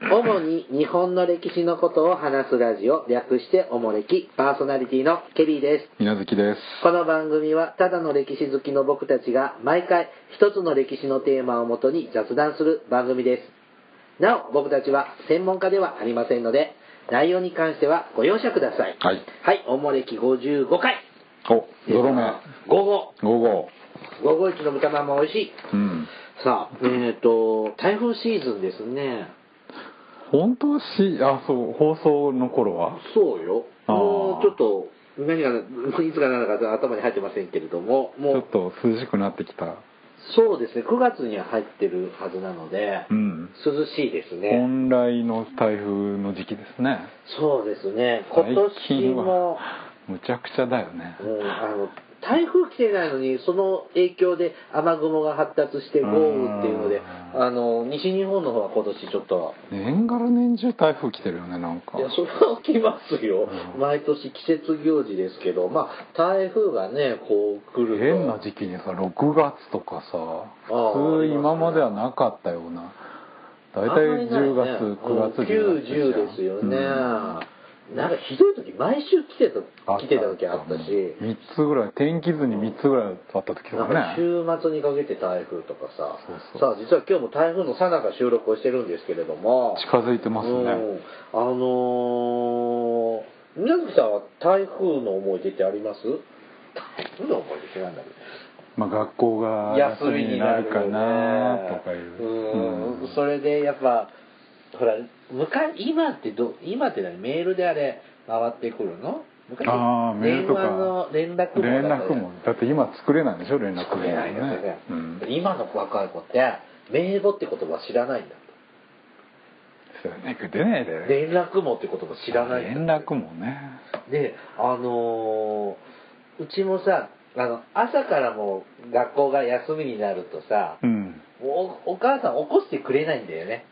主に日本の歴史のことを話すラジオ、略しておもれき、パーソナリティのケリーです。稲月です。この番組は、ただの歴史好きの僕たちが、毎回、一つの歴史のテーマをもとに雑談する番組です。なお、僕たちは専門家ではありませんので、内容に関してはご容赦ください。はい。はい、おもれき55回。お、ゾロ目。午後、午後。午後一の豚まんも美味しい。うん。さあ、えっ、と、台風シーズンですね。本当はし、あ、そう、放送の頃はそうよ。あーもうちょっと、何が、 いつが何だか頭に入ってませんけれども、ちもょうっ、と涼しくなってきた。そうですね、9月には入ってるはずなので、うん。涼しいですね。本来の台風の時期ですね。そうですね、今年も、むちゃくちゃだよね。うんあの、台風来てないのに、その影響で雨雲が発達して豪雨っていうので、うんあの、西日本の方は今年ちょっと、年がら年中台風来てるよね、なんかい。や、それは起きますよ。うん毎年季節行事ですけど、まあ、台風がね、こう来ると。変な時期にさ、6月とかさ、あー普通今まではなかったような。大体10月、9月、 9、 10 10月ですじゃん。よね。うんなんかひどい時、毎週来てた、来てた時あったし、 3つぐらい天気図に3つぐらいあった時なだんかね週末にかけて台風とかさ、そうさあ実は今日も台風のさなか収録をしてるんですけれども、近づいてますうんね、あのー、宮崎さんは台風の思い出ってあります台風の思い出ってなんだろうまあ学校が休みになるかなとかいううん、うんそれでやっぱほら昔今ってど今って何メールであれ回ってくるの昔ああメールとか電話の連絡網連だった絡じゃんもだって今作れないでしょ連絡作もれないよねね、うん今の若い子って名簿って言葉知らないんだそうね出ないで連絡網って言葉知らない連んだ絡もねであのーうちもさあの朝からもう学校が休みになるとさ、うんおお母さん起こしてくれないんだよね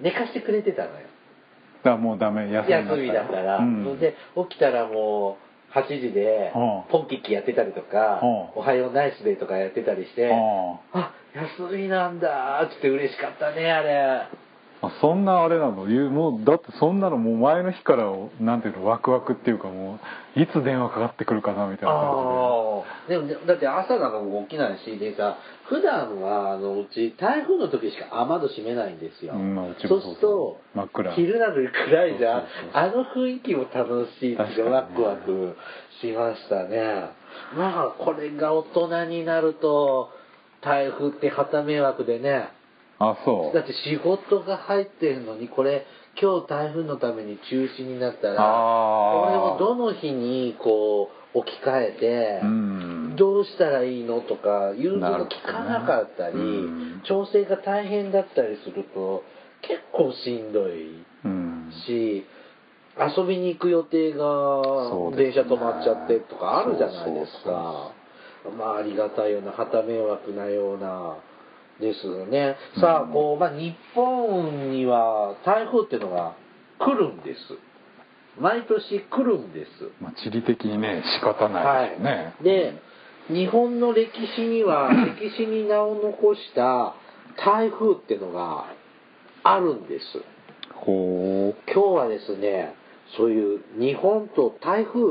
寝かしてくれてたのよだからもうダメ休み休みだから、うんそれで起きたらもう8時でうんポンキッキやってたりとかうん「おはようナイスデー」とかやってたりしてああ休みなんだーっつって嬉しかったねあれああそんなあれなの言うもうだってそんなのもう前の日からなんていうのワクワクっていうかもういつ電話かかってくるかなみたいな感じあであでもねだって朝なんかもう起きないしでさ普段はあのうち台風の時しか雨戸閉めないんですよ、うんまあうちそうもすそうそうると真っ暗昼なのに暗いじゃんそうそうあの雰囲気も楽しい確しかにねワクワクしましたねまあこれが大人になると台風って旗迷惑でねあそうだって仕事が入ってるのにこれ今日台風のために中止になったらこれあをどの日にこう置き換えて、うんどうしたらいいのとかいうのが聞かなかったり、なるほどねうん調整が大変だったりすると結構しんどいうんし遊びに行く予定そうがで電すね車止まっちゃってとかあるじゃないですかまあありがたいような旗迷惑なようなですよね、さあうんこう、まあ、日本には台風っていうのが来るんです毎年来るんですまあ、地理的にね仕方ないですよね、で、日本の歴史に は歴史に名を残した台風ってのがあるんですこ今日はですねそういう日本と台風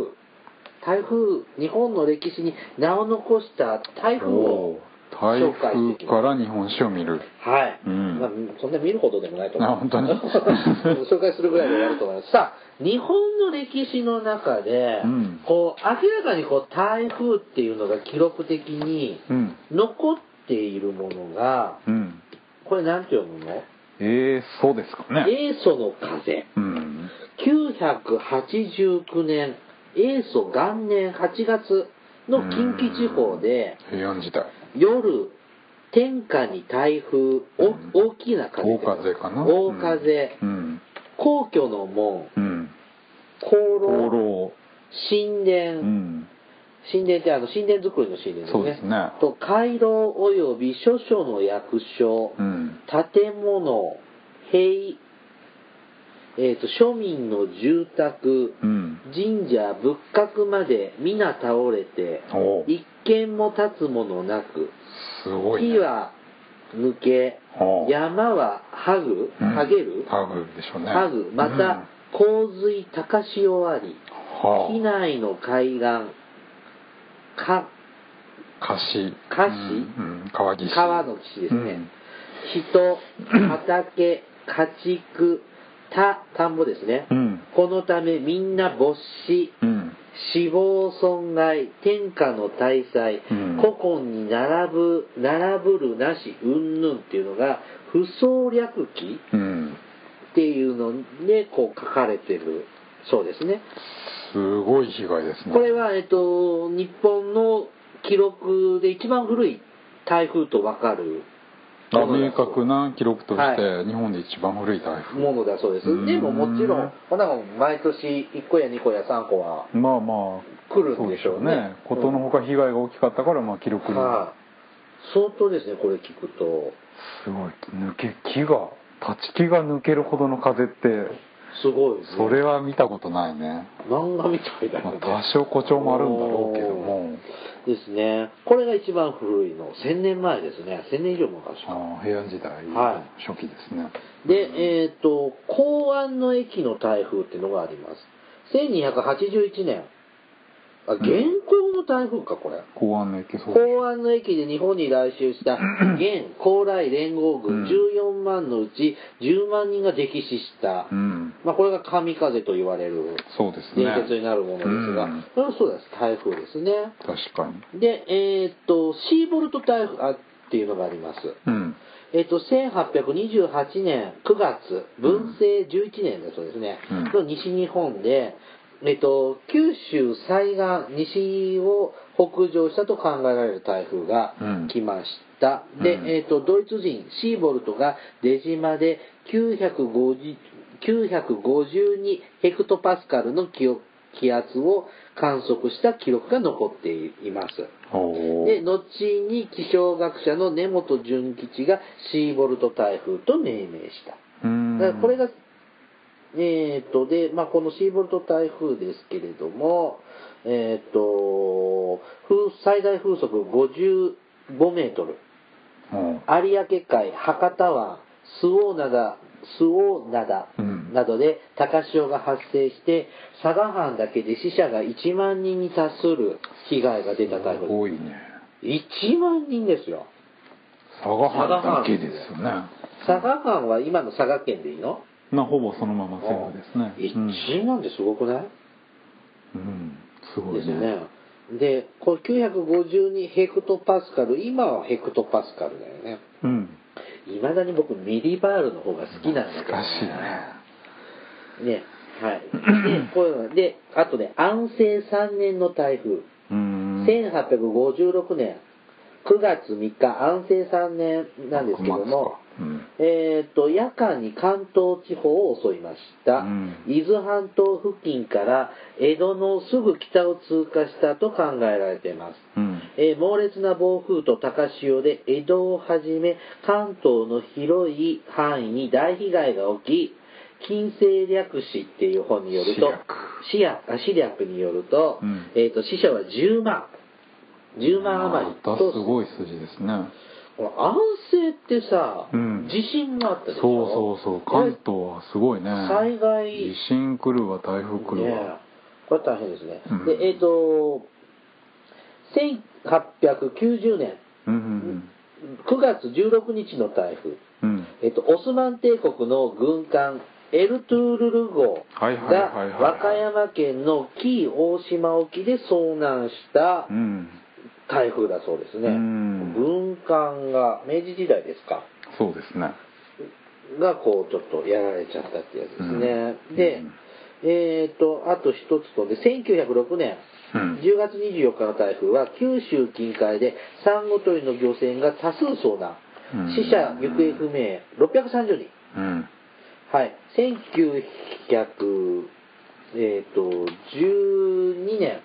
台風日本の歴史に名を残した台う風を台紹介していき風まかすら日本史を見るはい、うんまあ、そんな見るほどでもないと思うあ本当 に紹介するぐらいでやると思いますさあ日本の歴史の中で、うんこう明らかにこう台風っていうのが記録的にうん残っているものがうんこれなんて読むのえー、そうですかね英祖の風うん989年英祖元年8月の近畿地方で平安時代夜天下に台風お大きな風大風かな大風うん皇居の門うん香灯炉籠神う殿ん神殿ってあの神殿作りの神殿ですねそうですねと回廊および諸々の役所うん建物塀えー、と庶民の住宅うん神社仏閣まで皆倒れておー一軒も立つものなくすごい、火ね、は抜けほう山ははぐうんはげる、ハグでしょうねはぐまうんた洪水高潮ありは機内の海岸かあ歌詞歌詞うんうん川岸川の岸ですね、人畑家畜田田んぼですね、うんうんこのためみんな没死うん死亡損害天下の大災、うん古今に並ぶ並ぶるなし云々っていうのが不相略記うんっていうのでこう書かれてるそうですねすごい被害ですねこれは、えっと、日本の記録で一番古い台風とわかるあもの明だそう確な記録として、は日本で一番古い台風ものだそうですうんでももちろんこんなもん毎年1個や2個や3個はまあまあ来るんでしょうねそことのほか被害が大きかったから、まあ記録に、はい相当ですねこれ聞くとすごい抜け木が立ち木が抜けるほどの風ってすごいですねそれは見たことないね、漫画みたいだまよあ、ね多少誇張もあるんだろうけどもですねこれが一番古いの1000年前ですね1000年以上昔かああ平安時代は初期ですね、でえっ、と港湾の駅の台風っていうのがあります1281年あ現行の台風かこれ公安の影響そう港湾の駅で日本に来襲 した現高麗連合軍うん14万のうち10万人が溺死した、うんまあ、これが神風と言われるそうですね伝説になるものですが、うんこれはそうです台風ですね確かにで、えーっと、シーボルト台風あっていうのがあります。うんえーっと、1828年9月、文政11年だそうですね、うんの西日本で、えーっと、九州西岸、西を北上したと考えられる台風がうん来ました。うんで、えーっと、ドイツ人、シーボルトが出島で950 952ヘクトパスカルの気を気圧を観測した記録が残っています。おでー後に気象学者の根本純吉がシーボルト台風と命名したうだんからこれが、えーっとで、まあ、このシーボルト台風ですけれども、えーっと風最大風速55メートルうん有明海博多湾周防灘周防灘うんなどで高潮が発生して佐賀藩だけで死者が1万人に達する被害が出た台風すごいね1万人ですよ佐賀藩だけですよね佐賀藩は今の佐賀県でいいのなほぼそのまま全部ですね1万ってすごくない、うん、うんすごでいすよねねでこれ952ヘクトパスカル今はヘクトパスカルだよねうんいまだに僕ミリバールの方が好きなんだけど難しいねねはいでこういうのであとね安政3年の台風うん1856年9月3日安政3年なんですけども幕末かうんえー、と夜間に関東地方を襲いました、うん伊豆半島付近から江戸のすぐ北を通過したと考えられています、うんえー猛烈な暴風と高潮で江戸をはじめ関東の広い範囲に大被害が起き近世略史っていう本によると史略あ史略によると,、うんえー、と死者は10万10万余りまたとすごい数字ですねこの安政ってさ、うん地震があったそうでしょそうそう関東はすごいね災害地震来るわ台風来るねわ、これ大変ですね、うんでえっ、と1890年うんうん9月16日の台風、うんうんえっとオスマン帝国の軍艦エルトゥールル号はいはいがはいはい和歌山県の紀伊大島沖で遭難したうん台風だそうですね、うん軍艦が明治時代ですかそうですねがこうちょっとやられちゃったってやつですね、うんで、うんえっ、とあと一つとで1906年うん10月24日の台風は九州近海でサンゴ取りの漁船が多数遭難うん死者行方不明630人うんはい1900えっ、と12年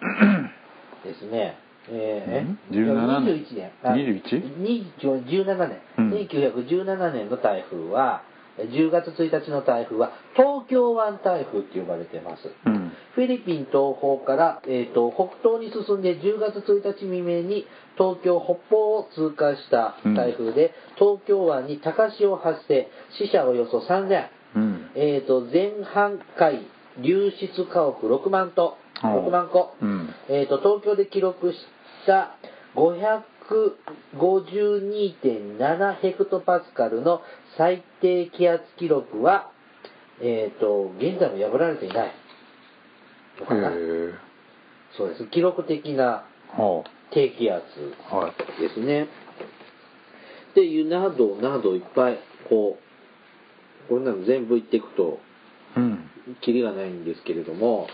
ですねえー、え17年21年あ 21? に17年、うん1917年の台風は10月1日の台風は東京湾台風って呼ばれてます、うんうんフィリピン東方から、えー、と北東に進んで10月1日未明に東京北方を通過した台風で、東京湾に高潮発生死者およそ3000、うんえー、と前半回流出家屋6万とうん6万個、うんえー、と東京で記録した552.7ヘクトパスカルの最低気圧記録は、えー、と現在も破られていないのかな、へえそうです記録的なは低気圧あはいですねっていうなどなどいっぱいこうこんなの全部言っていくとうんキリがないんですけれども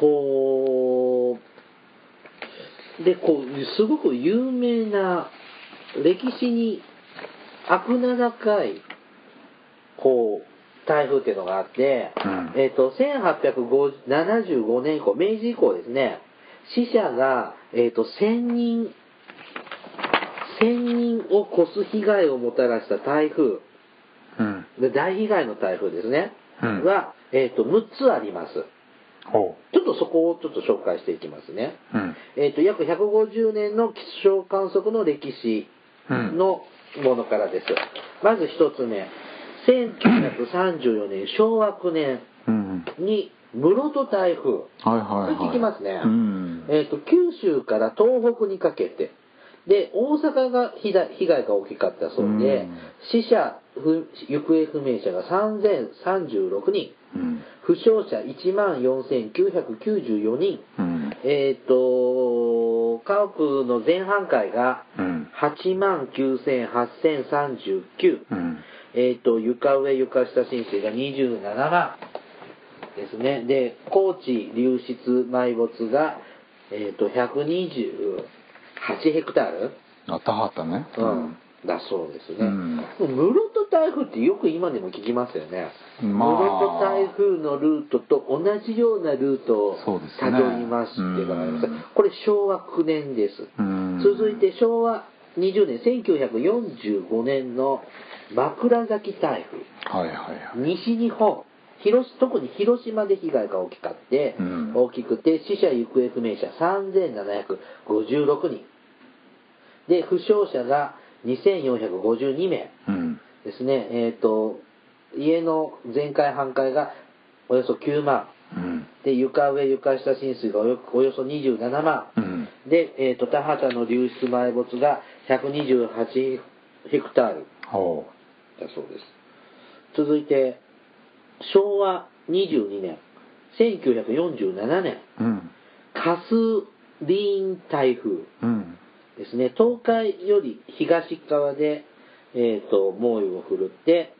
こうでこうすごく有名な歴史に悪名高いこう台風っていうのがあって、うんえっと1875年以降明治以降ですね死者が、えっと1000人1000人を超す被害をもたらした台風うんで大被害の台風ですね、うんは、えっと6つありますほちょっとそこをちょっと紹介していきますね、ううんえっと約150年の気象観測の歴史うんのものからです、まず1つ目1934年昭和9年うんに室戸台風はいはいこはれい聞きますねうんえー、と九州から東北にかけてで大阪が被害被害が大きかったそうで、うん死者不行方不明者が3036人うん負傷者1万4994人うんえっ、と家屋の前半壊がうん8万98,039、うんえっ、と床上床下浸水が27万ですねで高知流出埋没が、えー、と128ヘクタール、あ田畑ねうんだそうですね、うん室戸台風ってよく今でも聞きますよね、まあ室戸台風のルートと同じようなルートをそうですたねどりますっていうのがありますうんこれ昭和9年です、うん続いて昭和20年1945年の枕崎台風はいはいはい西日本広し特に広島で被害が大きかって、うん大きくて死者行方不明者3756人で負傷者が2452名うんですねえっ、と家の全壊半壊がおよそ9万うんで床上床下浸水がおよおよそ27万うんで、えー、と田畑の流出埋没が128ヘクタールほだそうです続いて昭和22年1947年ううんカスリーン台風うんですね東海より東側で、えー、と猛威を振るって、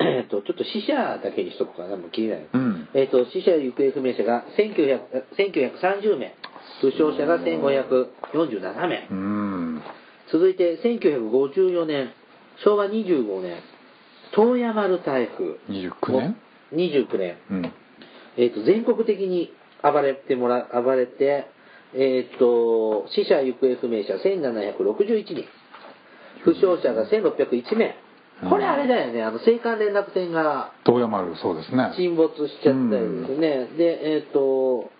えー、とちょっと死者だけにしとくかなもう切りない、うんえー、と死者行方不明者が1900あ1930名負傷者が1547名、うん続いて1954年昭和25年東山丸台風29年29年、うんえー、と全国的に暴れてもら暴れて、えー、と死者行方不明者1761人負傷者が1601名これあれだよねあの青函連絡船が東山丸そうですね沈没しちゃったりですね、でえっ、 と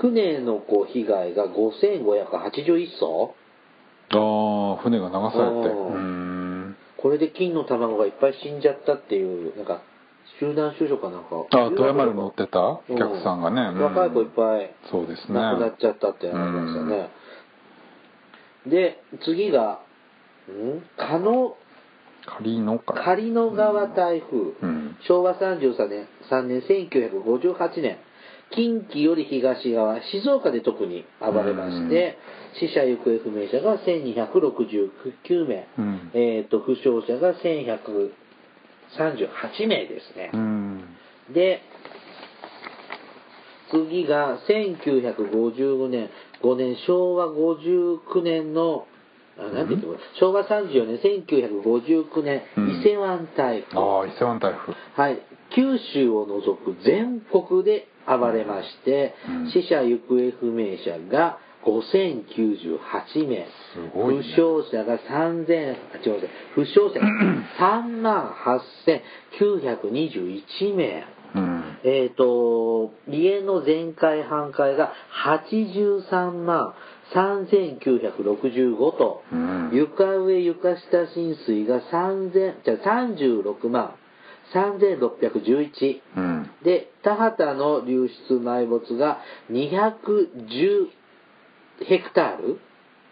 船のこう被害が5581艘ああ船が流されてうんうんこれで金の卵がいっぱい死んじゃったっていうなんか集団就職かなんかあ富山丸乗ってたお客さんがねううん若い子いっぱいそうですね亡くなっちゃったっていう話でしたね、で次がん加納仮のか狩野川台風、うん昭和33年3年1958年近畿より東側静岡で特に暴れまして、死者行方不明者が1269名、うんえー、と負傷者が1138名ですね、うんで次が1955年5年昭和59年のあなんて言っても昭和34年1959年、うん伊勢湾台風ああ伊勢湾台風はい、九州を除く全国で暴れまして、うん死者・行方不明者が5098名、すごいね負傷者が3000あ違う違う負傷者が3万8921名うんえっ、と、家の全壊半壊が83万3965と、うん床上床下浸水が3000じゃあ36万3611うんで田畑の流出埋没が210ヘクタール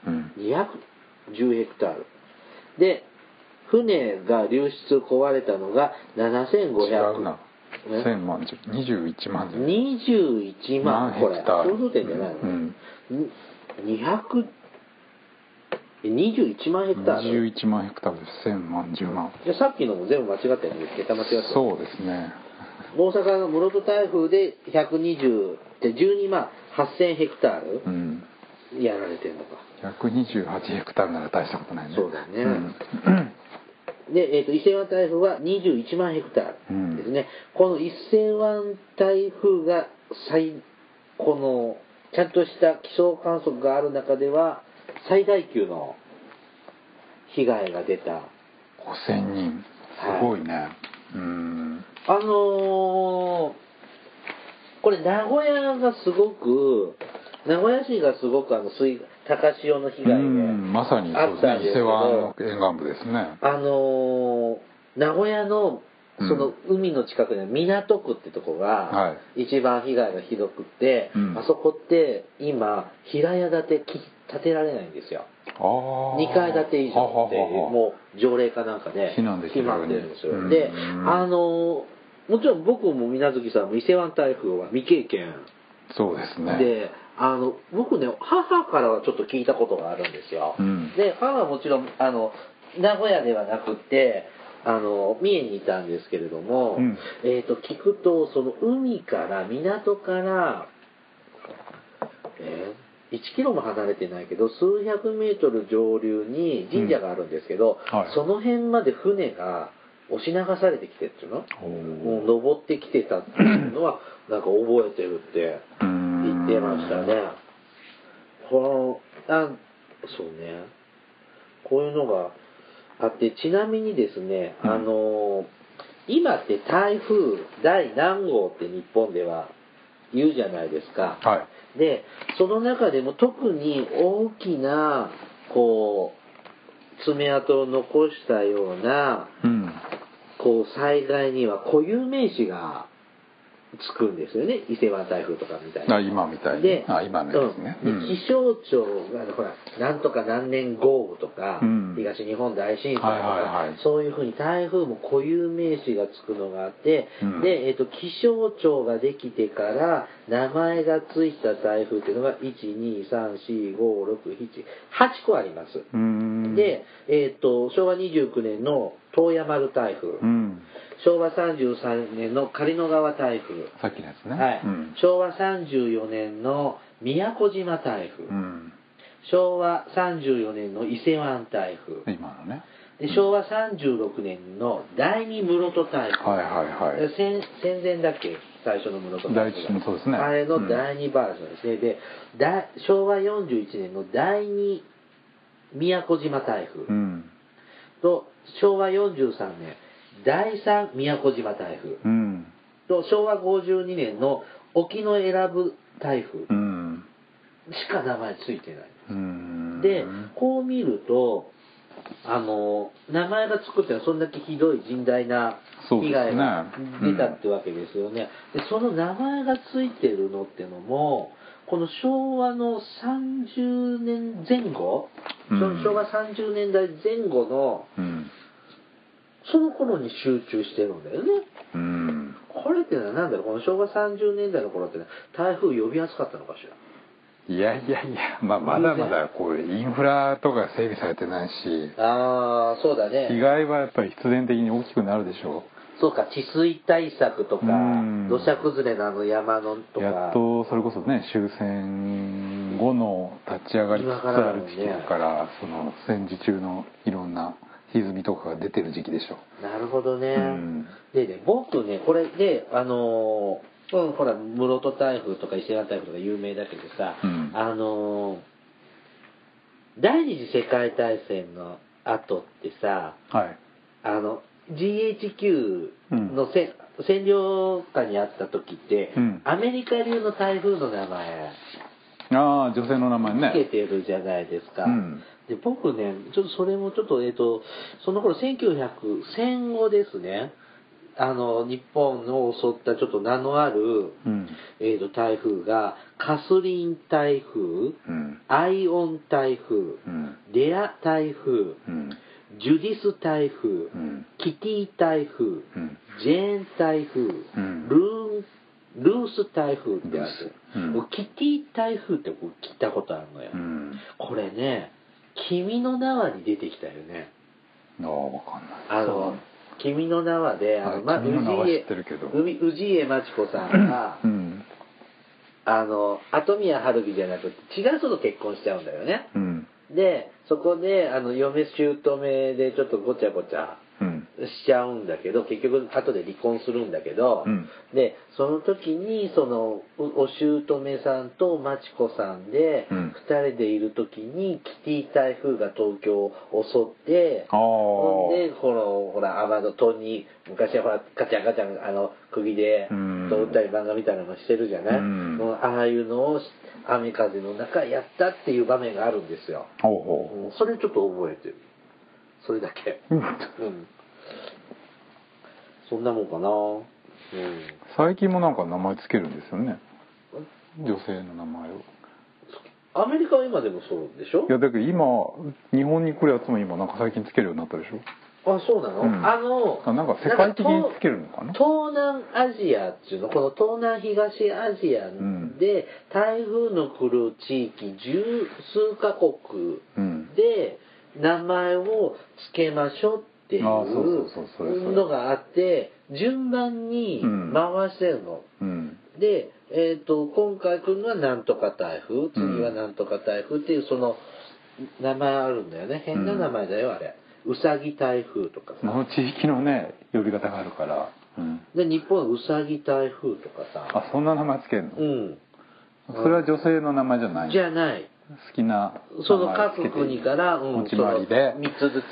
うん210ヘクタールで船が流出壊れたのが7500違うな1000万じゃ21万じゃ21万これヘクタールそういうことじゃないの、うんに200え21万ヘクタール21万ヘクタールです1000万10万じゃあさっきのも全部間違ったよね桁間違ったそうですね大阪の室戸台風で120で12万8000ヘクタールうんやられてるのか128ヘクタールなら大したことないねそうだねんで、えー、と伊勢湾台風は21万ヘクタールですね、この伊勢湾台風が最このちゃんとした気象観測がある中では最大級の被害が出た5000人すごいね、うんあのーこれ名古屋がすごく名古屋市がすごくあの水高潮の被害で、うんまさにそうですあったんねですけ伊勢ど湾の沿岸部ですねあのー名古屋のそのうん海の近くにある港区ってとこがは一番被害がひどくって、うんあそこって今平屋建てき建てられないんですよああ2階建て以上っていうははははもう条例かなんかで避難できるよ決まうにってるんですよ、うんであのーもちろん僕も水無月さんも伊勢湾台風は未経験そうですねであの僕ね母からはちょっと聞いたことがあるんですよ、うんで母はもちろんあの名古屋ではなくてあの三重にいたんですけれども、うんえー、と聞くとその海から港から、えー1キロも離れてないけど数百メートル上流に神社があるんですけど、うんはいその辺まで船が押し流されてきてっていうのおーもう登ってきてたっていうのはなんか覚えてるって言ってましたね。このあそうねこういうのがあってちなみにですね、うんあの今って台風第何号って日本では言うじゃないですか。はいでその中でも特に大きなこう爪痕を残したようなうんこう災害には固有名詞がつくんですよね伊勢湾台風とかみたいあな。今みたいにであ今のやつね、ううんでん気象庁がほらなんとか何年豪雨とか、うん東日本大震災とか、はいはいはいそういうふうに台風も固有名詞がつくのがあって、うんで、えっと気象庁ができてから名前がついた台風っていうのが123456778個あります。うんで、えっと昭和29年の東山丸台風。うん昭和33年の狩野川台風、さっきのやつねはいうん、昭和34年の宮古島台風、うん、昭和34年の伊勢湾台風、今のねで昭和36年の第二室戸台風、はいはいはい戦戦前だっけ最初の室戸台風が第一もそうですねあれの第二バージョンですね、でだ昭和41年の第二宮古島台風、うんと昭和43年第三宮古島台風、うんと昭和52年の沖永良部台風うんしか名前ついてない。うんで、こう見ると、あの、名前がつくってのはそんだけひどい甚大なそうで被すね害が出たってわけですよね。で、その名前がついてるのってのも、この昭和の30年前後、うんその昭和30年代前後の、うんその頃に集中してるんだよね。うんこれってのは何だろうこの昭和30年代の頃ってね台風呼びやすかったのかしらいやいやいや、まあ、まだまだこうインフラとか整備されてないしああそうだ被害はやっぱり必然的に大きくなるでしょそうか治水対策とかうん土砂崩れのあの山のとうかやっとそれこそね終戦後の立ち上がりつつある時期だから、その戦時中のいろんな歪みとかが出てる時期でしょなるほどね、うんでね僕ねこれであのーうん、ほら室戸台風とか伊勢湾台風とか有名だけどさ、うんあのー第二次世界大戦の後ってさはいあの GHQ のせ、占領下にあった時って、うんアメリカ流の台風の名前ああ女性の名前つけねてるじゃないですか、うんで僕ねちょっとそれもちょっとえっ、とその頃1900戦後ですねあの日本を襲ったちょっと名のある、うんえー、と台風がカスリン台風うんアイオン台風うんレア台風うんジュディス台風、うんキティ台風、うんジェーン台風、んルーンルース台風ってある、ルースうんもうキティ台風って僕聞いたことあるのよ、うんこれね「君の名は」に出てきたよねああわかんないあの「君の名はで」あはのいま君の名は氏家知ってるけどうみ氏家真知子さん がうんあの後宮春樹じゃなくて違う人と結婚しちゃうんだよねうんでそこであの嫁姑でちょっとごちゃごちゃうんしちゃうんだけど結局後で離婚するんだけど、うんでその時にそのおお姑さんと真知子さんでうん2人でいる時にキティ台風が東京を襲ってああほんでこのほら雨戸戸に昔はほらガチャンガチャンあの釘でうん打ったり漫画みたいなのしてるじゃない、うんもうああいうのを雨風の中やったっていう場面があるんですよ、ほうほううんそれちょっと覚えてるそれだけうん。そんなもんかな。うん。最近もなんか名前つけるんですよね女性の名前をアメリカは今でもそうでしょいやだけど今日本に来るやつも今なんか最近つけるようになったでしょあ、そうなの、うんあの、あなんか世界的につけるのかななんか東東南アジアっていうの、この東南東アジアんで、台風の来る地域十数カ国うんで名前を付けましょうっていあそうそうそうそれそれうのがあって、順番にうん回してるの。うんで、えー、と今回来るのはなんとか台風次はなんとか台風っていうその名前あるんだよね変な名前だよあれうさぎ台風とかさその地域のね呼び方があるから、うん、で日本はうさぎ台風とかさあそんな名前つけるの、うんそれは女性の名前じゃないじゃない好きなその各国から、うん、持ち回りでその3つず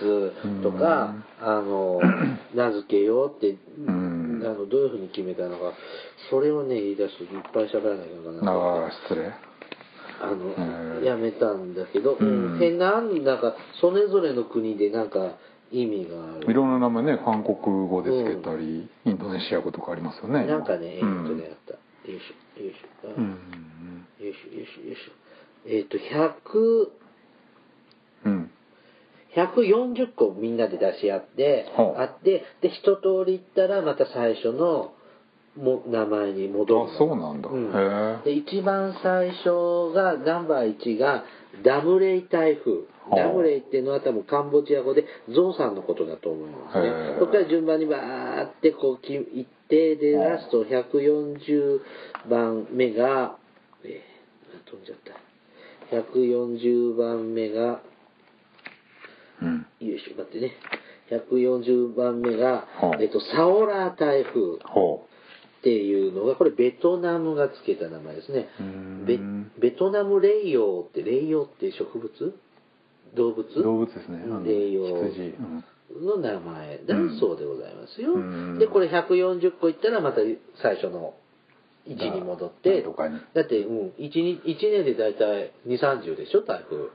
つとかあ の名付けようってあんのどういうふうに決めたのかそれをね言い出すといっぱい喋らなきゃいけないだから失礼あの、うんやめたんだけど、うんうん、変な、なんか、それぞれの国でなんか、意味があいる。ろんな名前ね韓国語でつけたり、インドネシア語とかありますよねなんかね、えっ、うんとね、あった。よいしょ、よいしょ、あうんよいしょ、よいしょ、よいしょ。えっ、と、100、うん140個みんなで出し合って、ほうあって、で、一通り行ったら、また最初の、も、名前に戻る。あそうなんだへで、え一番最初が、ナンバー1が、ダブレイ台風。はあダブレイっていうのは多分カンボジア語で、ゾウさんのことだと思いますねへえ。そこから順番にバーってこうき行って、で、はあラスト140番目が、えー飛んじゃった。140番目が、うんよいしょ、待ってね。140番目がはあ、えっと、サオラー台風。ほっていうのが、これベトナムがつけた名前ですねうー。んベベトナムレイヨウって、レイヨウって植物動物う動物ですねあのレイヨウ羊、うん、の名前だそうでございますよ。うんで、これ140個いったらまた最初の位置に戻って、とかにだって、うん、1, に一年で大体2、30でしょ、台風。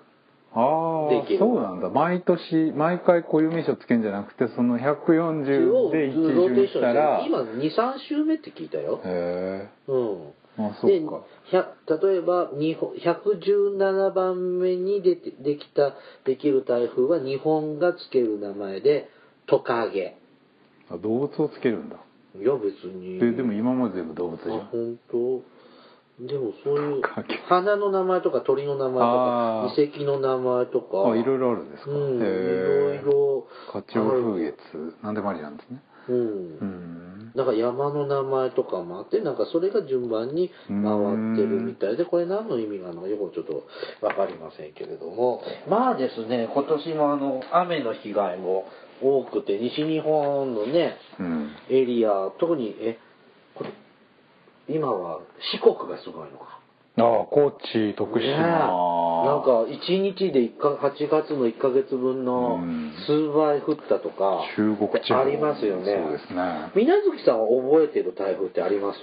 あであきるそうなんだ毎年毎回固有名詞をつけるんじゃなくてその140で一ローテ巡ーショしンたらして今2、3週目って聞いたよ。へうん。えあそでうか100例えば日本117番目に出てできたできる台風は日本がつける名前でトカゲあ動物をつけるんだいや別にででも今まで全部動物じゃあん本当でもそういうトカゲ花の名前とか鳥の名前とあかー遺跡の名前とかあいろろいろあるんですか、うんへえいろいろ花鳥風月なんでもありなんですねうんうんなんか山の名前とかもあって、なんかそれが順番に回ってるみたいで、これ何の意味なのかよくちょっとわかりませんけれども、まあですね、今年もあの、雨の被害も多くて、西日本のね、うんエリア、特に、え、これ、今は四国がすごいのか。ああ高知徳ねえ島、なんか1日で1か8月の1ヶ月分のうん数倍降ったとか中国地方ありますよねそうですね水無月さんは覚えてる台風ってあります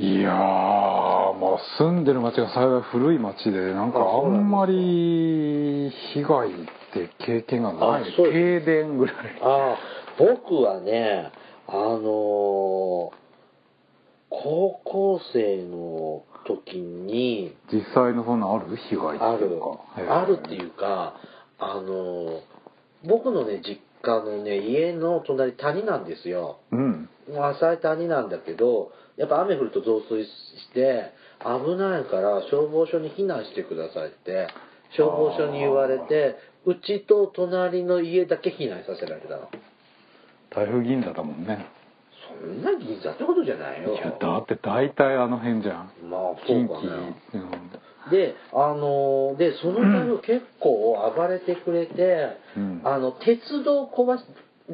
いやーまあ住んでる町が幸い古い町でなんかあそあうなんですかんまり被害って経験がないあそう停電ぐらいああ僕はねあのー高校生の時に実際のそんなんある被害あっているうかへーあるっていうかあのー僕のね実家のね家の隣谷なんですようんもう浅い谷なんだけどやっぱ雨降ると増水して危ないから消防署に避難してくださいって消防署に言われてうちと隣の家だけ避難させられたの台風銀座だもんねそんな銀座ってことじゃないいよやだって大体あの辺じゃんまあそう近か畿ねうんであのでその台風結構暴れてくれて、うんあの鉄道壊し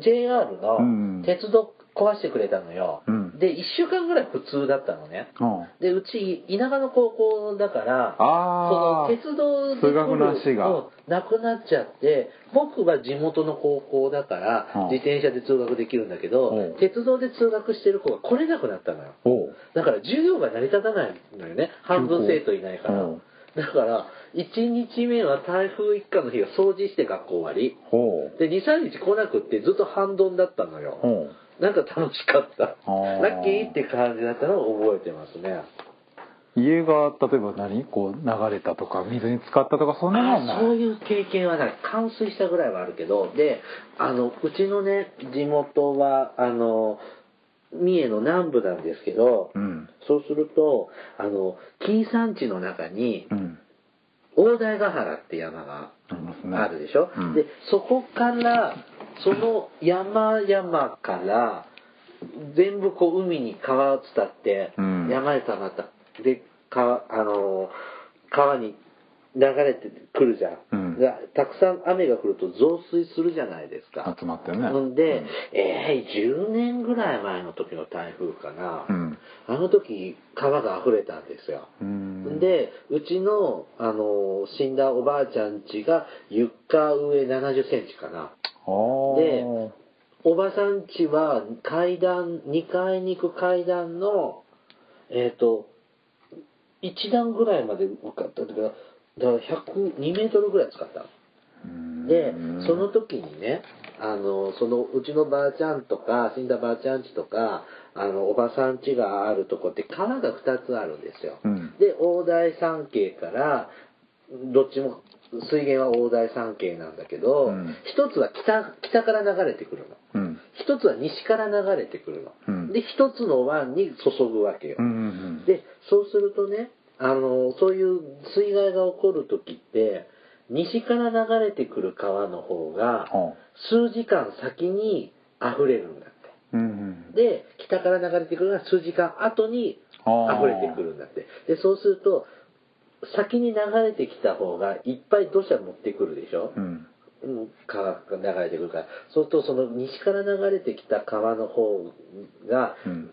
JR うんの鉄道壊してくれたのよ、うんで1週間ぐらい普通だったのねうんでうち田舎の高校だからああその鉄道で通学の足がうんなくなっちゃって僕は地元の高校だからうん自転車で通学できるんだけうんど鉄道で通学してる子が来れなくなったのよおうだから授業が成り立たないのよね半分生徒いないから、うんだから1日目は台風一過の日は掃除して学校終わりおうで23日来なくってずっと半ドンだったのよ、おうなんか楽しかったあーラッキーって感じだったのを覚えてますね家が例えば何こう流れたとか水に浸かったとかそんなのはなあいそういう経験はない冠水したぐらいはあるけどであのうちのね地元はあの三重の南部なんですけど、うんそうするとあの紀伊山地の中にうん大台ヶ原って山がありますねあるでしょ、うんでそこからその山々から全部こう海に川を伝ってうん山へたまった、で川あのー川に流れてくるじゃん、うんがたくさん雨が降ると増水するじゃないですか集まってねんで、えー、10年ぐらい前の時の台風かな、うんあの時川が溢れたんですよ、うんでうちのあの死んだおばあちゃん家が床上70センチかなあーでおばさん家は階段2階に行く階段のえっ、と1段ぐらいまで向かったというかだから102メートルぐらい使ったのうんでその時にねあのそのうちのばあちゃんとか死んだばあちゃん家とかあのおばさん家があるとこって川が2つあるんですよ、うんで大台山系からどっちも水源は大台山系なんだけど、うん一つは北北から流れてくるのうん一つは西から流れてくるの、うんで一つの湾に注ぐわけよ、うんうんでそうするとねあのそういう水害が起こる時って西から流れてくる川の方がは数時間先に溢れるんだってうんうんで北から流れてくるのが数時間後にあー溢れてくるんだってでそうすると先に流れてきた方がいっぱい土砂持ってくるでしょ、うんうん川が流れてくるからそうするとその西から流れてきた川の方が、うん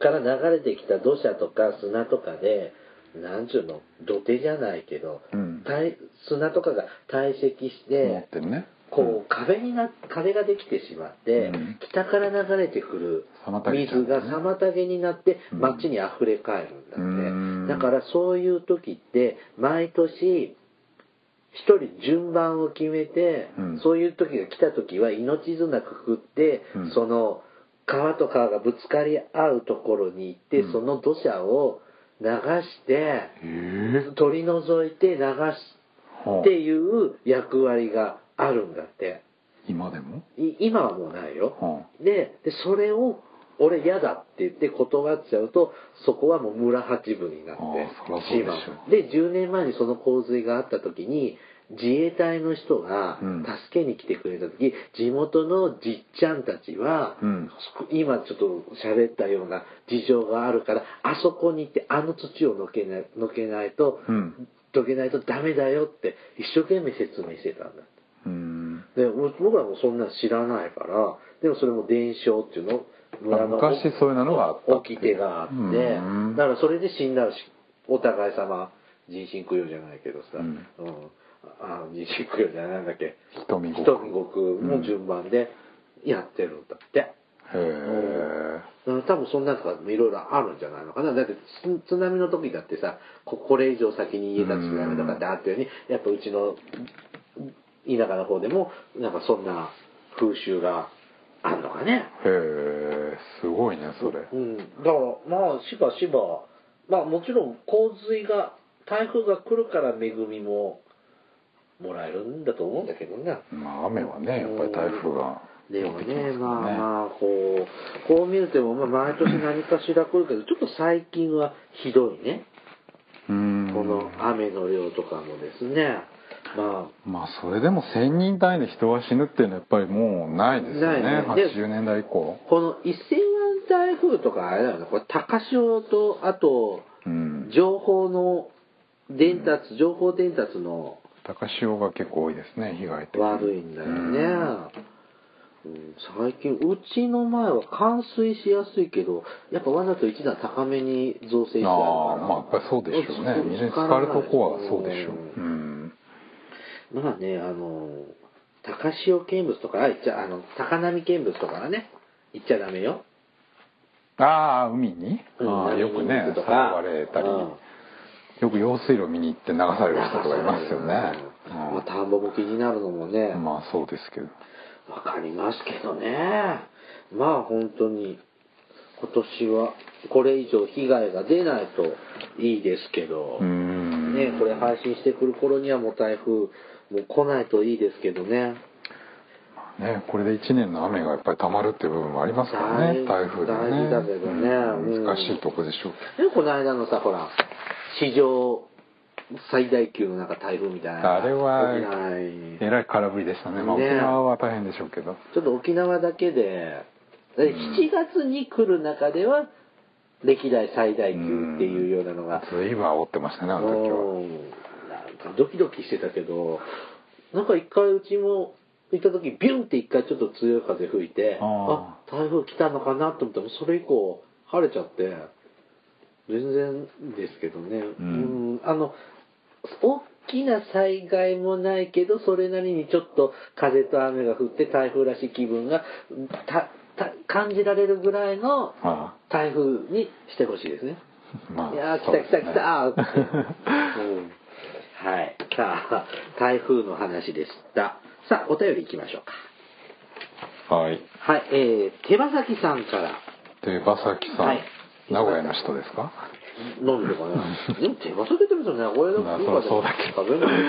から流れてきた土砂とか砂とかでなんちゅうの土手じゃないけど、うん堆砂とかが堆積し持っててねこう壁にな壁ができてしまって、うん北から流れてくる妨げち水ゃうんだがね妨げになってうん街に溢れ返るんだって、うんだからそういう時って毎年一人順番を決めて、うんそういう時が来た時は命綱くくって、うんその川と川がぶつかり合うところに行って、うんその土砂を流してええ取り除いて流しはあっていう役割があるんだって今でもい今はもうないよ、はででそれを俺嫌だって言って断っちゃうとそこはもう村八分になってああそりゃそうでしょうで10年前にその洪水があった時に自衛隊の人がうん助けに来てくれた時、地元のじっちゃんたちは、うん今ちょっと喋ったような事情があるからあそこに行ってあの土をのけなのけないと、うんどけないとダメだよって一生懸命説明してたんだってうんでも僕らもそんなの知らないからでもそれも伝承っていうの昔そういうのがあったっていう起き手があってうんだからそれで死んだしお互い様人身供養じゃないけどさ、うんうんあ人身供養じゃないなんだっけ瞳ご人っにごくの順番でやってるんだって、へえうん、多分そんなとかもいろいろあるんじゃないのかなだってつ津波の時だってさここれ以上先に家建ちがダメだからだっていうねやっぱうちの田舎の方でもなんかそんな風習があるのかねへえすごいねそれうん、だからまあしばしばまあもちろん洪水が台風が来るから恵みももらえるんだと思うんだけどねまあ雨はねやっぱり台風がでもね、まああまあ、こう、こう見るとも、まあ毎年何かしら来るけど、ちょっと最近はひどいね。うんこの雨の量とかもですね。ままあそれでも1000人単位で人が死ぬっていうのはやっぱりもうないですよねないねで80年代以降あ、この一千湾台風とかあれだよね、これ高潮と、あと、うん情報の伝達、情報伝達の高潮が結構多いですね被害って悪いんだよね。うんうん最近、うちの前は冠水しやすいけど、やっぱわざと一段高めに造成してあるから。ああまあやっぱりそうでしょうねそう水に浸かるとこはそうでしょううんまあね、あの、高潮見物とか、あ、言っちゃ、あの、高波見物とかはね、行っちゃダメよ。ああ海に、うんああよく波ねに行くとか騒がれたり、うんよく用水路見に行って流される人とかいますよね、うんまあ、田んぼも気になるのもね、うんまあそうですけどわかりますけどね。まあ本当に、今年はこれ以上被害が出ないといいですけど、うんね、これ配信してくる頃にはもう台風、もう来ないといいですけどね。ね、これで1年の雨がやっぱり溜まるっていう部分もありますからね大台風でね大事だけどねううんん難しいとこでしょうでこの間のさほら史上最大級のなんか台風みたいなあれは沖縄にえらい空振りでしたね、まあ、沖ね縄は大変でしょうけど、ちょっと沖縄だけでだってうん7月に来る中では歴代最大級っていうようなのが、ずいぶん煽ってましたねあの時はうん、なんかドキドキしてたけどなんか一回うちも行った時ビュンって一回ちょっと強い風吹いてああ台風来たのかなと思ったらそれ以降晴れちゃって全然ですけどね、んうんあの大きな災害もないけどそれなりにちょっと風と雨が降って台風らしい気分がたた感じられるぐらいのあ台風にしてほしいですね。あまあいやー来そたうで来すた来ねた、 あーうん、はいさあ台風の話でしたさあお便り行きましょうか はいはいえー、手羽先さんからで馬崎さん、はい名古屋の人ですか飲んでか なでも手羽先って別に名古屋でまあも福岡でもそうだけど食べない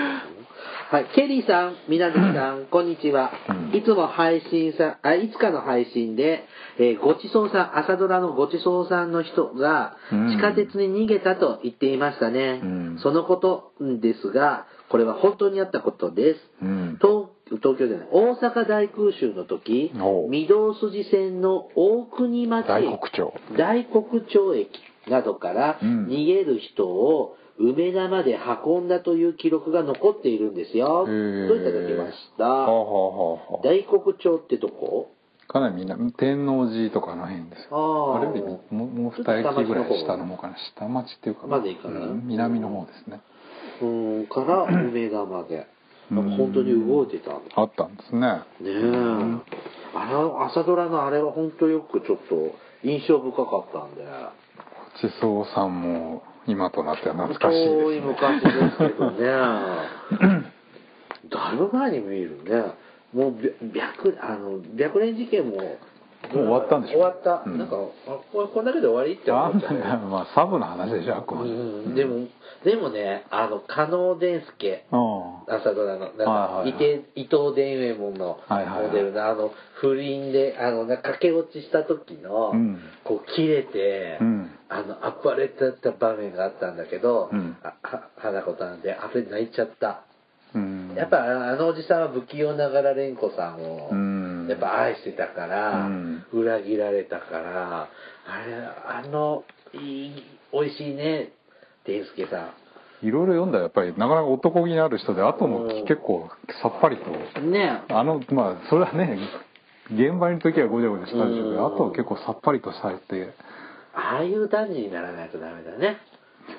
はい、ケリーさん、みなみさん、こんにちはうん。いつも配信さ、あ、いつかの配信で、えーごちそうさん、朝ドラのごちそうさんの人が、うん地下鉄に逃げたと言っていましたね。うんそのことですが、これは本当にあったことです。うん東東京じゃない大阪大空襲の時おう御堂筋線の大国町大黒町大黒町駅などからうん逃げる人を梅田まで運んだという記録が残っているんですよ、へえといただきました、はあはあはあはあ大黒町ってどこかなりみんな天王寺とかあの辺ですよあーあれよりもももう2駅ぐらい下の方かな下町っていうかまで行かないうん南の方ですねうーんから梅田までなんか本当に動いてたんだあったんですねねえ、あれは朝ドラのあれは本当よくちょっと印象深かったんでごちそうさんも今となっては懐かしいですね遠い昔ですけどね だいぶ前に見るねもうび白あの白蓮事件ももう終わったんでしょ終わった、うんなんかあこれこんだけで終わりって あ思っんちゃうなまあサブの話でしょあくまでうん、でもでもねあの加納伝助あ朝ドラのなんか、はいはいはい伊藤伊藤伝右衛門のはいはいはいモデルの、あの不倫であのな駆け落ちした時の、うんこう切れて、うんあの暴れてた場面があったんだけど、うんあは花子さんであれ泣いちゃった、あうんやっぱあのおじさんは不器用ながら蓮子さんを、うんやっぱ愛してたから、うん裏切られたからあれあのいい美味しいね伝助さんいろいろ読んだらやっぱりなかなか男気のある人で後も結構さっぱりとねあのまあそれはね現場に時はごちゃごちゃしたんでしょうけうんどあとは結構さっぱりとされてああいう男児にならないとダメだね。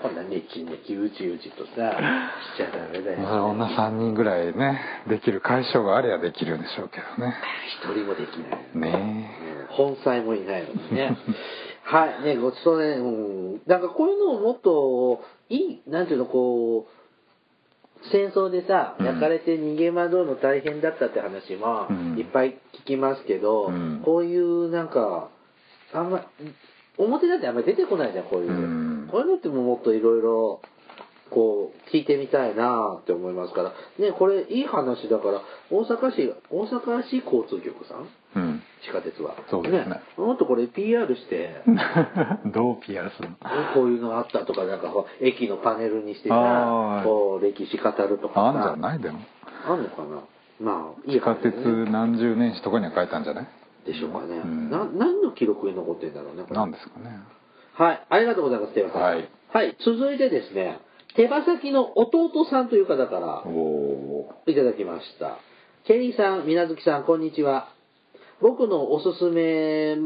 こんなネチネチうちうちと さしちゃダメだよ、まあ女3人ぐらいねできる解消がありゃできるんでしょうけどね一人もできないね本妻もいないのに ね。はい、ね、ごちそうね、うん。なんかこういうのをもっと、いい、なんていうの、こう、戦争でさ、うん焼かれて逃げ惑うの大変だったって話もうんいっぱい聞きますけど、うんこういうなんか、あんま、表だってあんまり出てこないじゃん、こういう。うんこういうのってもっといろいろ、こう、聞いてみたいなって思いますから、ね、これいい話だから、大阪市、大阪市交通局さんうん 地下鉄は。そうですねもっとこれ PR して、どう PR するのこういうのあったとか、なんかほら駅のパネルにしてさあー、こう歴史語るとかさ。あんじゃないでもあんのかなまあ、いい地話下だ鉄ね何十年史とかには書いたんじゃないでしょうかね。うんな何の記録に残ってんだろうね、これ。なんですかねはい、ありがとうございます、手羽先。はい。はい、続いてですね、手羽先の弟さんという方からお、おいただきました。ケリーさん、みなずきさん、こんにちは。僕のおすすめ、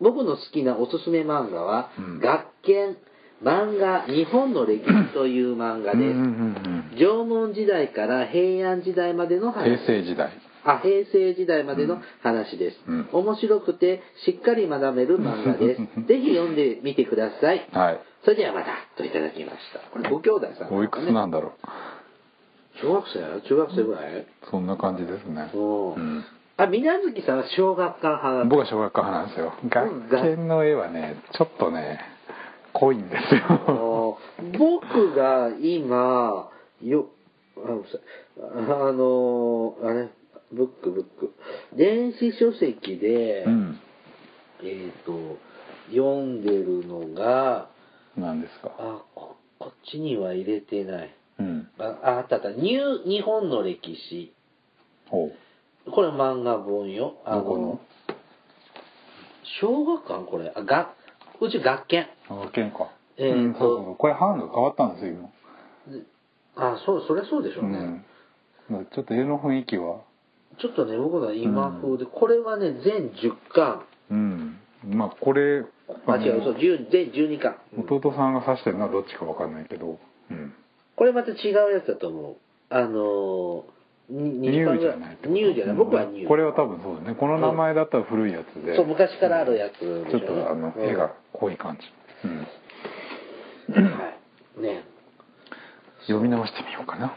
僕の好きなおすすめ漫画は、うん学研漫画日本の歴史という漫画ーうんうんでうんす。縄文時代から平安時代までのうん話平成時代あ、平成時代までの話です。うん面白くてしっかり学べる漫画 です。ぜひ読んでみてください。はいそれではまた、といただきました。これご兄弟さん、おいくつなんだろう小学生中学生ぐらい、そんな感じですねおーうんあ、みなずきさんは小学館派なんだ僕は小学校派なんですよん学研の絵はねちょっとね濃いんですあよの 僕が今、よ、あごめんなさいあの、あれ、ブックブック。電子書籍で、うんえっ、と、読んでるのが、なんですかあ、ここっちには入れてない。うんあ、ああったあった。ニュー日本の歴史。ほうこれ漫画本よ。あどこの小学館これ。あ、が、うち学研。学研かえーとうんそうそうそうこれ版が変わったんですよ今あ、そう、そりゃそうでしょうね。うん、ちょっと絵の雰囲気はちょっとね、僕が今風で、これはね、全10巻。うんまあこれあ、違う、そう、10全12巻。うん弟さんが指してるのはどっちかわかんないけど、うん、これまた違うやつだと思う。あのー、にニ20巻ューぐじらゃないってことニューじゃない。僕はニュー。これは多分そうだねこの名前だったら古いやつでそう、昔からあるやつでしょ、ちょっとあのうん絵が濃い感じ、うん、はい。ね。読み直してみようかな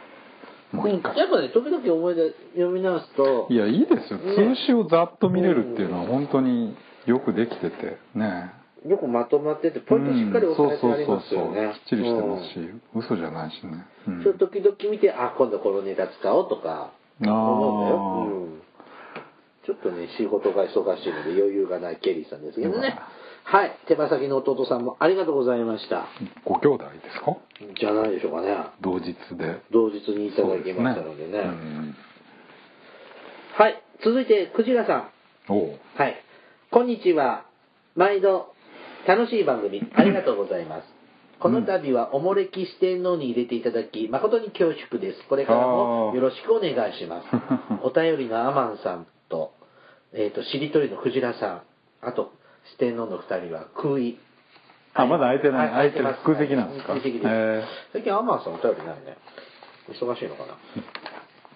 もう一回やっぱね、時々思い出、読み直すと、いやいいですよね通史をざっと見れるっていうのは本当によくできててねよくまとまってて、ポイントしっかり押さえてありますよね。うんそうそうそうそうきっちりしてますし、嘘じゃないしね、ううんんちょっと時々見て、あ、今度このネタ使おうとか、ああ思うんだよ。うんちょっとね、仕事が忙しいので余裕がないケリーさんですけどね。はい。手羽先の弟さんもありがとうございました。ご兄弟ですかじゃないでしょうかね。同日で同日にいただきましたそのうでね。すうんはい。続いて、クジラさん。おうはい。こんにちは。毎度、楽しい番組、ありがとうございます。この度は、おもれき四天王に入れていただき、誠に恐縮です。これからもよろしくお願いし ます。お便りのアマンさんと、えっ、と、しりとりのクジラさん、あと、四天王の二人は、空位。あまだ開いてないは開いてる空席なんですか空席です。へえ最近アマンさんお便りないね。忙しいのかな。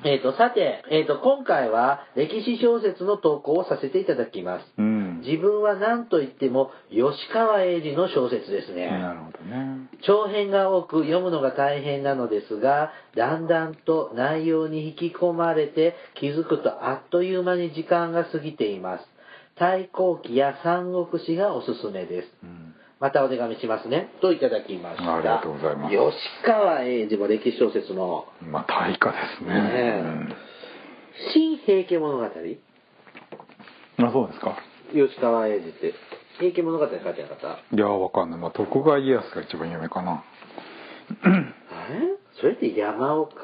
えっ、と、さて、えっ、と、今回は歴史小説の投稿をさせていただきます。うん自分は何と言っても吉川英治の小説ですね。なるほどね長編が多く読むのが大変なのですが、だんだんと内容に引き込まれて気づくとあっという間に時間が過ぎています。太閤記や三国志がおすすめです。うんまたお手紙しますね。といただきました。ありがとうございます吉川英治も歴史小説のまあ大化ですねねえ新平家物語吉うんあそうですか川英治って平家物語に書いてなかったあいやわかんないまあ徳川家康が一番有名かなれそれって山岡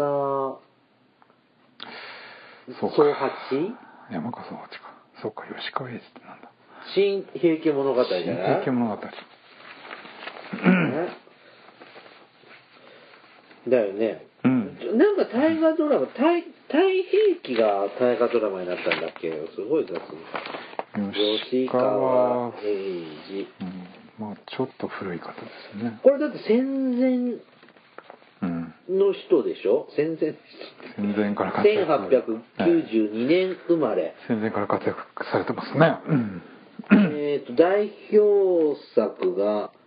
そ総うか八山川総八かそうか吉川英治ってなんだ新平家物語じゃ新ない平家物語ねだよね。うんなんか大河ドラマ、太太平記が大河ドラマになったんだっけすごい雑に。吉川英治。うんまあちょっと古い方ですよねこれだって戦前うんの人でしょ戦前戦前から活躍ええ1892年生まれ、戦前から活躍されてますねうんえっと代表作が「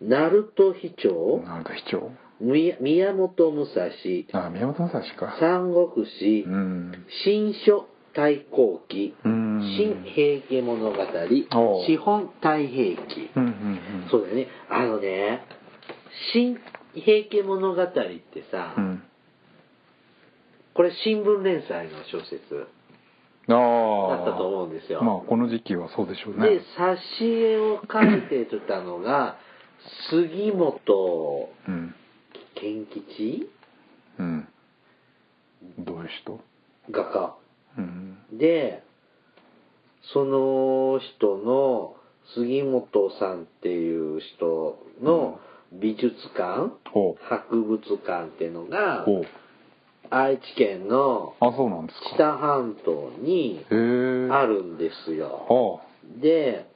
ナルト飛鳥」なると卑怯み宮本武蔵あ宮本武蔵か三国志、うん新書太閤記、うん新平家物語おう資本太平記、うんうんうんそうだよねあのね新平家物語ってさ、うんこれ新聞連載の小説あだあったと思うんですよ、まあこの時期はそうでしょうねで挿絵を描いてたのが杉本うん健吉うんどういう人画家うんでその人の杉本さんっていう人の美術館、ほう博物館っていうのがほう愛知県のあそうなんです知か多半島にへえあるんですよ。はで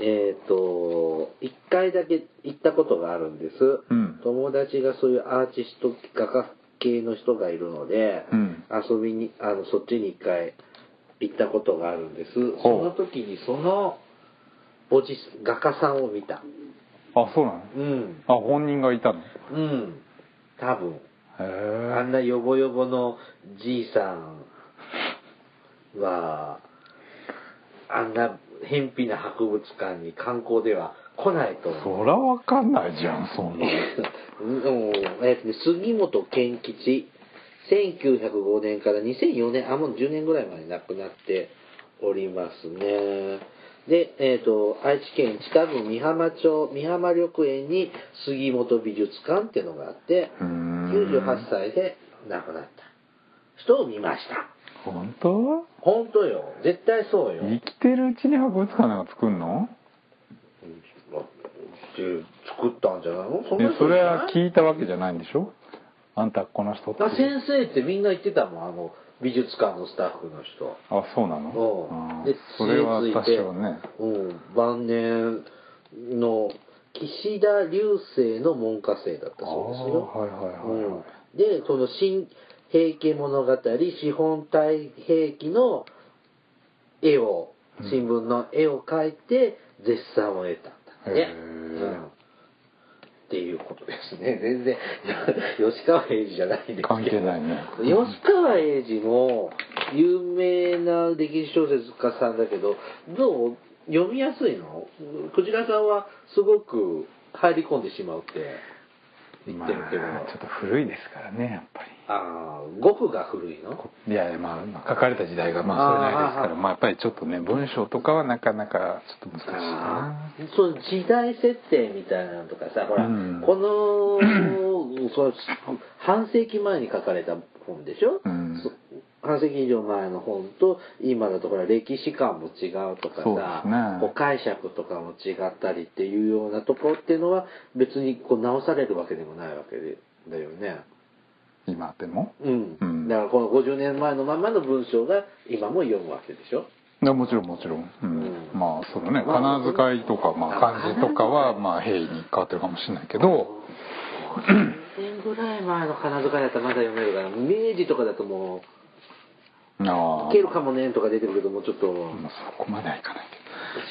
えっ、と1回だけ行ったことがあるんです、うん友達がそういうアーティスト画家系の人がいるので、うん遊びにあのそっちに一回行ったことがあるんですそほうの時にそのおじ画家さんを見たああそうなのうんあ本人がいたのへうん多分あんえなヨボヨボのじいさんはあんな偏僻な博物館に観光では来ないと思うそらわかんないじゃんそんなの うんえっとね杉本健吉1905年から2004年あもう10年ぐらいまで亡くなっておりますねで、えっと愛知県知多部美浜町美浜緑園に杉本美術館っていうのがあってうーん98歳で亡くなった人を見ました本当本当よ絶対そうよ生きてるうちに博物館なんか作んのうん作ったんじゃないのそんなで人それいなはい聞いたわけじゃないんでしょあんたこの人ってだ先生ってみんな言ってたもんあの美術館のスタッフの人あそうなうのんあーでそれは知恵つ多いて少ねうん晩年の岸田流星の文科生だったそうですよあーはいはいはいはいうん、でこの「新平家物語資本太平記」の絵をうん新聞の絵を描いて絶賛を得たんだへね、ーうんっていうことですね全然 吉川英治じゃないんですけど関係ないね吉川英治も有名な歴史小説家さんだけどどう読みやすいのクジラさんはすごく入り込んでしまうって言ってるけど、まあちょっと古いですからねやっぱりああ語句が古いのこいやいやまあ書かれた時代がまあそれないですかあーはいはらいまあやっぱりちょっとね文章とかはなかなかちょっと難しいあなあその時代設定みたいなのとかさほら、うんこのその半世紀前に書かれた本でしょ、うんそ半世紀以上前の本と今だとほら歴史観も違うとかそうでさ、すねこう解釈とかも違ったりっていうようなところっていうのは別にこう直されるわけでもないわけでだよね。今でもうんうんだからこの50年前のままの文章が今も読むわけでしょ。いやもちろんもちろん、うんうんまあそのねまあ金遣いとか、まあ、あ漢字とかはまあ平易に変わってるかもしれないけど50年ぐらい前の金遣いだったらまだ読めるから明治とかだともあう「あいけるかもね」とか出てくるともうちょっとまあそこまではいかない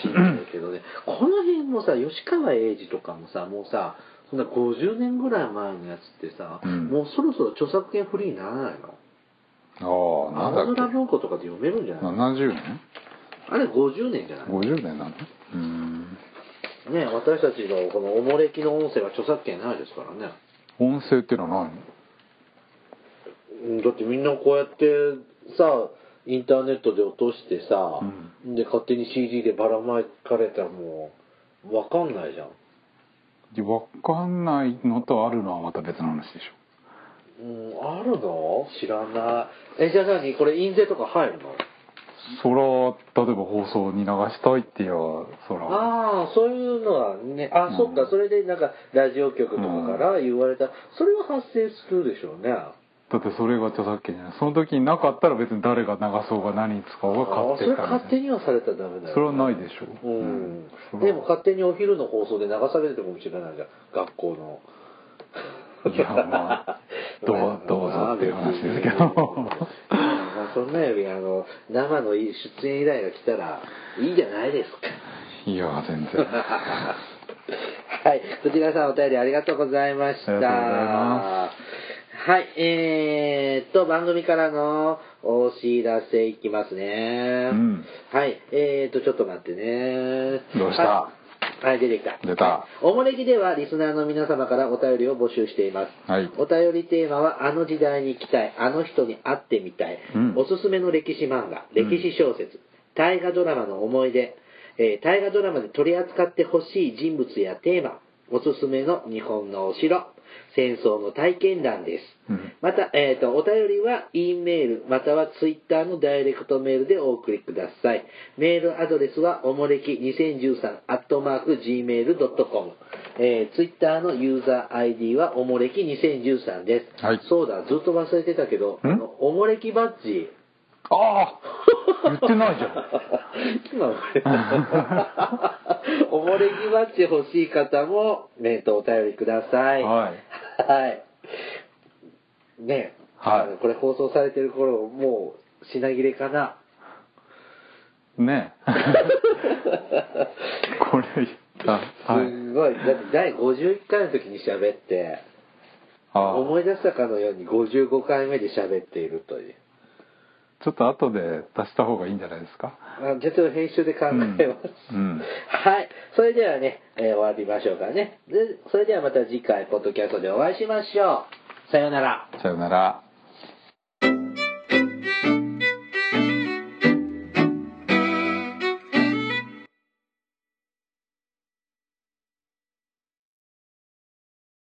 しんどいけどねこの辺もさ吉川英治とかもさもうさそんな50年ぐらい前のやつってさ、うんもうそろそろ著作権フリーにならないのけどああな青んだ空っけ文庫とかで読めるんじゃない70年あれ50年じゃない50年なのうんね私たちのこのおもれきの音声は著作権ないですからね音声っていうのはうんだってみんなこうやってさインターネットで落としてさ、で勝手に CD でばらまかれたらもうわかんないじゃん何わかんないのとあるのはまた別の話でしうんあるの知らないえじゃあ何これ印税とか入るのょそら例えば放送に流したいって言えばそらああそういうのはねあ、うんそっかそれでなんかラジオ局とかから言われた、それは発生するでしょうねだってそれが著作権じゃないその時になかったら別に誰が流そうが何使おうがあーそ勝手れか勝手にはされたらダメだよ、ね、それはないでしょううんんそれではも勝手にお昼の放送で流されてるかもしれないじゃん学校のいやま あどうどうぞっていう話ですけどまあそんなよりあの生の出演依頼が来たらいいじゃないですかいや全然はいこちらさんお便りありがとうございましたありがとうございまはいえー、っと番組からのお知らせいきますね、うんはいえー、っとちょっと待ってねどうしたはいはい出てきた出たおもれきではリスナーの皆様からお便りを募集しています。はいお便りテーマは、あの時代に行きたい、あの人に会ってみたい、うんおすすめの歴史漫画、歴史小説、大河ドラマの思い出、えー大河ドラマで取り扱ってほしい人物やテーマ、おすすめの日本のお城、戦争の体験談です。 うんまた、えー、と、お便りは、E メール、または Twitter のダイレクトメールでお送りください。メールアドレスは、おもれき2013、アットマーク、gmail.com。えー、Twitter のユーザー ID は、おもれき2013です。はいそうだ、ずっと忘れてたけど、んあのおもれきバッ ジ。ああ言ってないじゃん今俺 おもれきバッジ欲しい方も、えーと、お便りください。はいはい。ねえ、はいあのこれ放送されてる頃、もう品切れかな。 ねえこれ言ったはいすごい。だって第51回の時に喋って、ああ思い出したかのように55回目で喋っているという。ちょっと後で出した方がいいんじゃないですかあちょっと編集で考えます。うんうんはい。それではね、えー終わりましょうかね。でそれではまた次回、ポッドキャストでお会いしましょう。さようなら。さよなら